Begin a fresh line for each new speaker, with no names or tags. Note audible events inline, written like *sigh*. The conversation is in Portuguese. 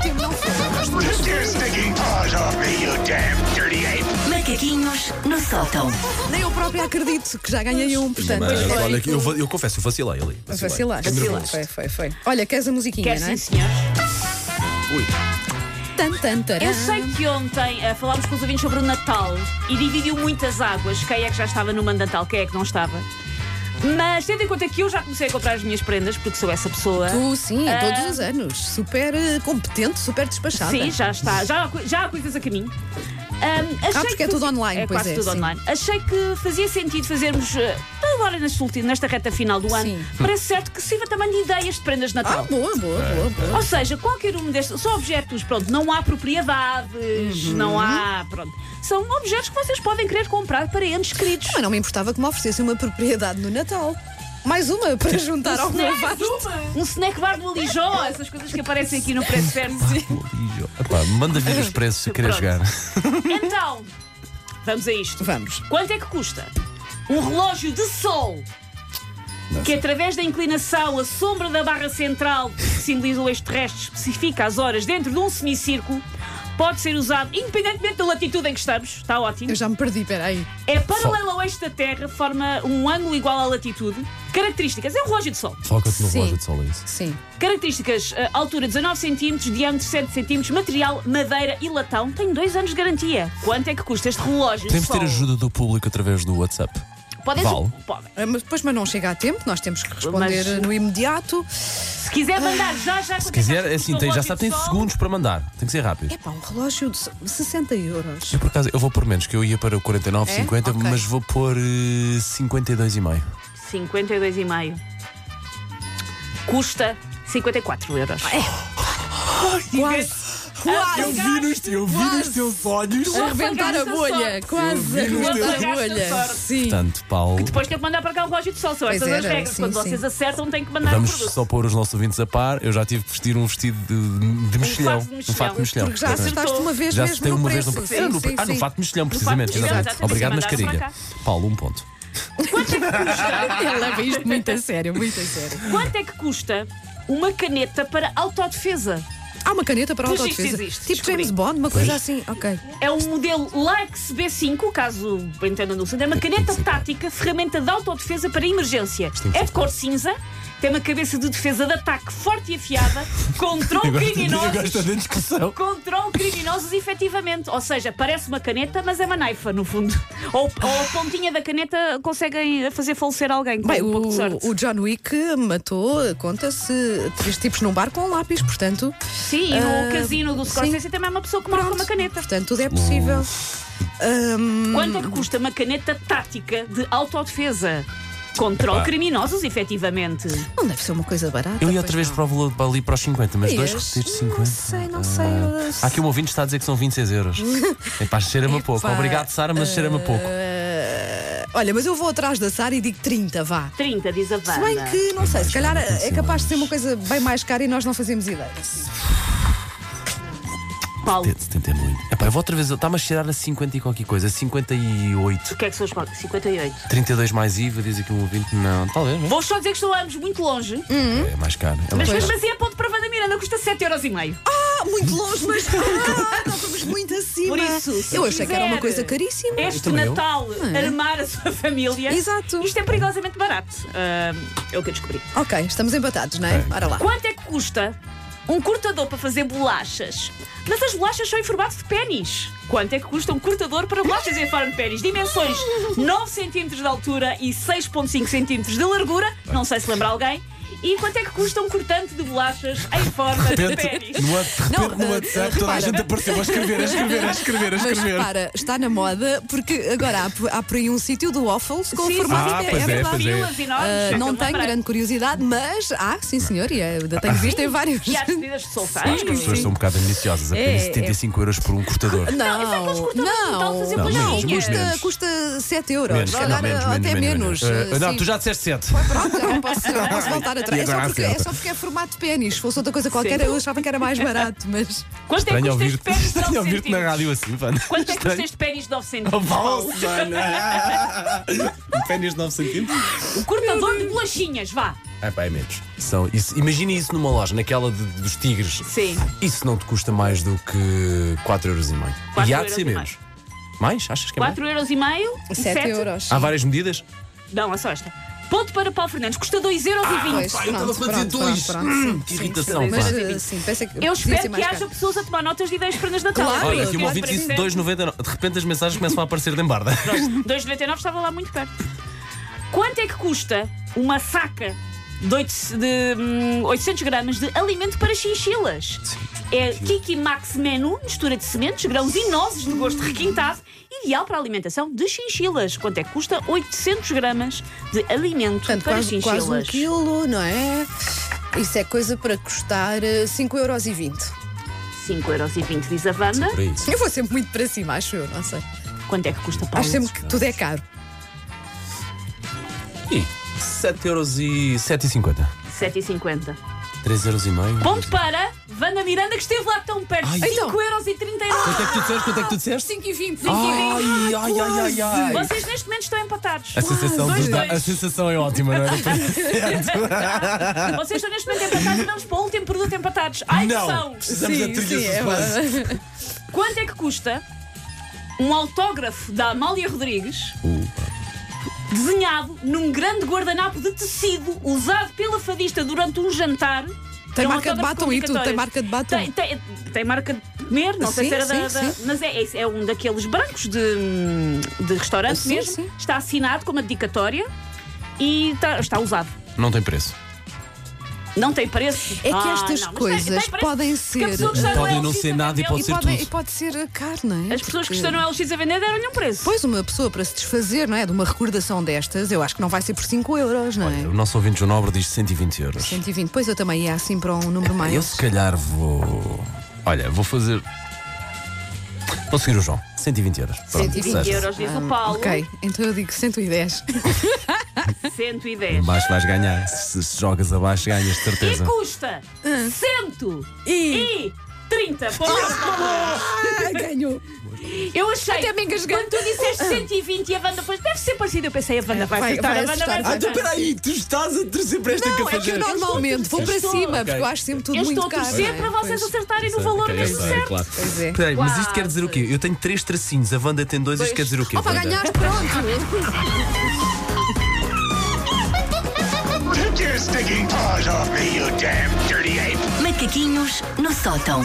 Tim, um não foi.
Take your stinking paws off me, you damn dirty ape!
Macaquinhos no sótão.
Nem eu própria acredito que já ganhei um, portanto.
Mas
foi.
olha, que eu, va- eu confesso, eu vacilei ali.
Mas
vacilei.
vacilaste.
Fiquei nervoso.
Foi, foi, foi. Olha, queres a musiquinha,
Quer
não é?
sim, senhor.
Ui,
Tan, tan, taran.
Eu sei que ontem ah, falámos com os ouvintes sobre o Natal e dividiu muitas águas. Quem é que já estava no Natal, quem é que não estava. Mas tendo em conta que eu já comecei a comprar as minhas prendas, porque sou essa pessoa.
Tu, sim,
Ah.
todos os anos. Super eh, competente, super despachada.
Sim, já está. Já, há co- já há coisas a caminho. Ahm, achei
porque
que
é tudo
fazia-
online,
é
pois
quase
é,
tudo
sim.
online. Achei que fazia sentido fazermos ah, agora neste ulti- nesta reta final do ano.
Sim.
Parece certo que sirva também de ideias de prendas de
Ah,
Natal.
boa, boa,
É.
boa, boa.
Ou seja, qualquer um destes. São objetos, pronto, não há propriedades,
Uhum.
não há. Pronto. São objetos que vocês podem querer comprar para entes queridos.
Mas não me importava que me oferecesse uma propriedade no Natal. Mais uma para juntar ao meu
Snack,
vasto.
um snack bar
*laughs*
do Lijó, essas coisas que aparecem aqui no preço certo.
Ijo. Epá, manda vir os preços se querer
Pronto.
jogar.
Então, vamos a isto.
Vamos.
Quanto é que custa um relógio de sol que, através da inclinação, a sombra da barra central, que simboliza o eixo terrestre, especifica as horas dentro de um semicírculo, pode ser usado independentemente da latitude em que estamos? Está ótimo.
Eu já me perdi, peraí.
É paralelo ao eixo da Terra, forma um ângulo igual à latitude. Características: é um relógio de sol.
*laughs* Foca-te no
Sim.
relógio de sol, é isso.
Sim.
Características: eh, altura 19 cm, diâmetro 7 cm, material, madeira e latão. Tenho dois anos de garantia. Quanto é que custa este relógio? de
Podemos
sol?
ter ajuda do público através do WhatsApp.
Podem
Vale.
podem.
Ah, Mas depois, mas não chega a tempo, nós temos que responder
Mas-
no imediato.
Se quiser mandar já, já
Se quiser, é assim, tem, já sabe, tem segundos para mandar. Tem que ser rápido.
É pá, um relógio de so- 60 euros.
Eu, por acaso, eu vou por menos, que eu ia para o 49,50,
É?
50,
Ok.
mas vou pôr eh, 52,5.
52,5. Custa 54 euros. Ah,
Quase. Quase.
nos, eu vi
Quase. É.
teus olhos.
Arrebentar a
Apagaste a
bolha.
sorte.
Quase.
Eu vi nos
Arrebentar
teus
a
olhos.
bolha.
Apagaste a
Sim.
Portanto, Paulo,
Depois tem que mandar para cá o relógio de sol. São
Pois
estas as
era,
regras.
sim,
Quando
sim.
vocês acertam, tem que mandar
vamos
o produto.
só pôr os nossos ouvintes a par. Eu já tive que vestir um vestido de, de mexilhão.
fato de
Um fato de mexilhão.
mexilhão.
Porque já
exatamente.
acertaste uma vez
Já se
mesmo
tem
no
uma vez
preço.
no
Sim,
Era no-
sim,
Ah, no
sim. *laughs*
fato de mexilhão,
fato de
precisamente.
mexilhão,
exato.
exatamente.
Obrigado,
Mandaram para
mascarilha.
cá.
Paulo, um ponto.
é Ele leva isto muito a sério, muito a sério.
Quanto é que custa uma caneta para autodefesa?
Há uma caneta para
Pois isto
autodefesa.
existe,
Tipo
descobri.
James Bond, uma coisa assim. Ok.
É um modelo Lex B5, caso entendam no centro. É uma caneta tática, ferramenta de autodefesa para emergência.
tem que
É
ser
de cor cinza, tem uma cabeça de defesa de ataque forte e afiada, com
*laughs*
tronco criminosos.
da discussão.
Controle criminosos, efetivamente. Ou seja, parece uma caneta, mas é uma naifa, no fundo. Ou, ou a pontinha da caneta conseguem fazer falecer alguém. Com
Bem,
um pouco de sorte.
o, o John Wick matou, conta-se, três tipos num bar com um lápis, portanto.
Sim, e no
ah,
casino do Scorsese também é uma pessoa que marca uma caneta.
Portanto, tudo é possível. Hum,
Quanto é que custa uma caneta tática de autodefesa? Controle
Epá.
criminosos, efetivamente.
Não deve ser uma coisa barata.
Eu ia
pois
outra vez
não.
para, o, valor- para ali para os 50, mas dois ah,
Ias?
retiros de
Não
50.
sei, não sei, eu-
Há aqui um ouvinte que está a dizer que são 26
*laughs*
euros. Epá, cheira-me a pouco.
Epá, Eh.
Obrigado, Sara, mas cheira-me a pouco.
Ah, olha, mas eu vou atrás da Sara e digo 30, vá.
30, diz a
Se
banda.
bem que, não sei, se calhar
aconteceu
é capaz de ser
antes.
uma coisa bem mais cara e nós não fazemos ideia.
Paulo,
Tente, tente é muito. Epá, eu vou outra vez. Está-me a cheirar a 50 e qualquer coisa. 58.
o que é que são os pontos? 58.
32 mais IVA, diz aqui um ouvinte. Não, talvez, não.
Vou só dizer que estou ambos muito longe,
Hum, Uhum.
É mais caro. É mais
mas mesmo
caro.
assim a ponto para Vanda Miranda custa 7,5€.
Ah, muito longe, *laughs* mas ah, nós estamos muito acima.
Por isso, se
eu achei que era uma
quiser-
coisa caríssima.
Este
também eu.
Natal, armar a sua família.
é? Exato.
Isto é perigosamente barato. Ah, é o que eu descobri.
Ok, estamos empatados, não é?
Ok.
Ora lá.
Quanto é que custa um cortador para fazer bolachas? Mas as bolachas são em formato de pênis. Quanto é que custa um cortador para bolachas em forma de pênis? Dimensões 9 cm de altura e 6,5 cm de largura. Não sei se lembra alguém. E quanto é que custa um cortante de bolachas em forma de,
De repente,
pênis?
no, wa- de
Não,
repente, no
eh,
WhatsApp, toda a
repara.
gente apareceu a escrever, a escrever, a escrever, a
Mas
escrever.
repara, está na moda porque agora há, por- há por aí um sítio do Waffles com
Sim,
formato
sim,
Ah,
de
pois é,
verdade.
pois é.
Filas enormes,
Ah,
já
não
me
tenho
lembrei.
grande curiosidade, mas ah, sim senhor, e eu ainda tenho visto em vários.
E há
*laughs*
despedidas de soltar.
Acho que as pessoas são um bocado ambiciosas a
É,
pedir 75 euros por um cortador.
Não,
isso é aqueles cortadores de metal de fazer
não,
bolachinhas.
custa,
Menos.
custa 7 euros.
Menos,
Se
não,
calhar,
menos,
até
menos,
menos.
menos, menos. Eh,
eh,
não,
sim.
é
tu já disseste 7.
Pronto, já não posso, não posso voltar Espera,
E
é, só
agora
porque, é
acerta.
só porque é formato de pênis. Se fosse outra coisa qualquer,
Sim.
eu achava que era mais barato,
*laughs*
mas.
Quanto é que
Estranho
custa este
ouvir-te
pênis
*laughs*
de
estranho
9
ouvir-te na
centímetros?
rádio assim, mano.
Quanto é que custa
Estranho.
este pênis de
Oh,
9 centímetros?
vá,
*laughs*
Susana! Um Pênis de 9 centímetros?
O Um cortador de bolachinhas, vá.
Ah, pá, é menos.
São, isso, imagina isso numa loja, naquela de- dos tigres.
Sim.
Isso não te custa mais do que 4,5€.
Quatro
E há de ser
euros e
menos. Mais? Achas que é mais?
4 euros e meio,
7 euros.
Há várias medidas?
Não, é só esta. Ponto para Paulo Fernandes, custa 2 euros e
Ah, Pois,
vinte.
Ah, eu
pronto,
estava a fazer
pronto,
dois.
pronto, pronto,
Hum,
sim,
que
sim,
irritação,
mas,
pá.
eh, sim, pensei que
Eu
podia ser
espero que
mais
haja
caro.
pessoas a tomar notas de ideias para nas Natal.
Claro.
Olha,
eu
aqui um
quero
ouvinte disse 2,99. De repente as mensagens começam a aparecer de embarda.
2,99 estava lá muito perto. Quanto é que custa uma saca de, oito- de, hum, 800 gramas de alimento para chinchilas? É Kiki Max Menu, mistura de sementes, grãos e nozes de gosto requintado, ideal para a alimentação de chinchilas. Quanto é que custa 800 gramas de alimento
Portanto,
para
quase,
chinchilas?
quase um quilo, não é? Isso é coisa para custar eh, 5,20€.
5,20€ diz a Wanda.
Por aí.
Eu vou sempre muito para cima, acho eu, não sei.
Quanto é que custa Paulo?
Acho sempre que tudo é caro.
E 7,50€.
7,50€.
3,5€.
Ponto para Wanda Miranda, que esteve lá tão perto.
Ai. então.
5,39€.
Quanto é que tu disseste? Quanto é que tu disseste?
5,20€.
Ai, ai, ai, ai, ai.
Vocês neste momento estão empatados.
A sensação,
Dois,
dos da-
dois.
a *laughs* sensação é ótima, não é?
Vocês estão neste momento empatados e vamos para o último produto empatados. Ai, que são!
precisamos
Sim,
da trilha
sim, é
suspense.
Quanto é que custa um autógrafo da Amália Rodrigues desenhado num grande guardanapo de tecido usado pela fadista durante um jantar?
Tem
É um
marca de
autógrafo
batom e tudo, tem
dedicatórias.
marca de batom.
Tem, tem- tem marca de comer, não sei
Sim,
se era da.
sim,
da-
sim.
Mas é, é- é um daqueles brancos de, de restaurante
Sim,
mesmo.
sim.
Está assinado como uma dedicatória e tá- está usado.
Não tem preço.
Não tem preço.
É que
Ah,
estas
não, mas tem-
coisas
tem preço.
podem
Porque a
ser.
pessoa que está no
Podem
LX
não ser
a
nada e
vender-
pode
E,
ser
podem-
tudo.
e pode ser eh, caro, não é?
As pessoas que
Porque-
estão no LX a vender deram-lhe um preço.
Pois, uma pessoa para se desfazer, não é? De uma recordação destas, eu acho que não vai ser por 5 euros, não é?
O nosso ouvinte João Nobre diz 120 euros.
120. Pois eu também ia assim para um número mais.
Eu se calhar vou. Olha, vou fazer. Vou seguir o João. 120 euros. Pronto,
120
seja.
euros, diz o Paulo.
Ah, Ok, então eu digo 110.
110.
Abaixo vais ganhar. Se, se jogas abaixo, ganhas, de
E
certeza.
custa
Hum.
100
E.
*laughs* e 30
Ah, ganhou!
Eu achei.
Até me engasguei. Ah.
Quando tu disseste 120 e a Wanda foi. Deve ser parecido. Eu pensei, a Wanda vai,
Vai-
acertar,
vai
a Wanda vai
acertar.
acertar.
Ah,
então peraí, tu estás a torcer para esta
Não, é que eu
cafajeste.
normalmente vou para
Estou-
cima,
Ok.
porque eu acho sempre tudo
Eu
muito
estou a
caro.
torcer
não é?
para vocês
Pois,
acertarem no valor mesmo certo.
claro.
Pois é.
Peraí, mas
Uau,
isto quer dizer o quê? Eu tenho três tracinhos, a Wanda tem dois, isto
Dois.
quer dizer o quê?
Opa,
Wanda?
ganhaste, pronto!
Take your stinking paws off me, you damn dirty ape!
Macaquinhos no sótão.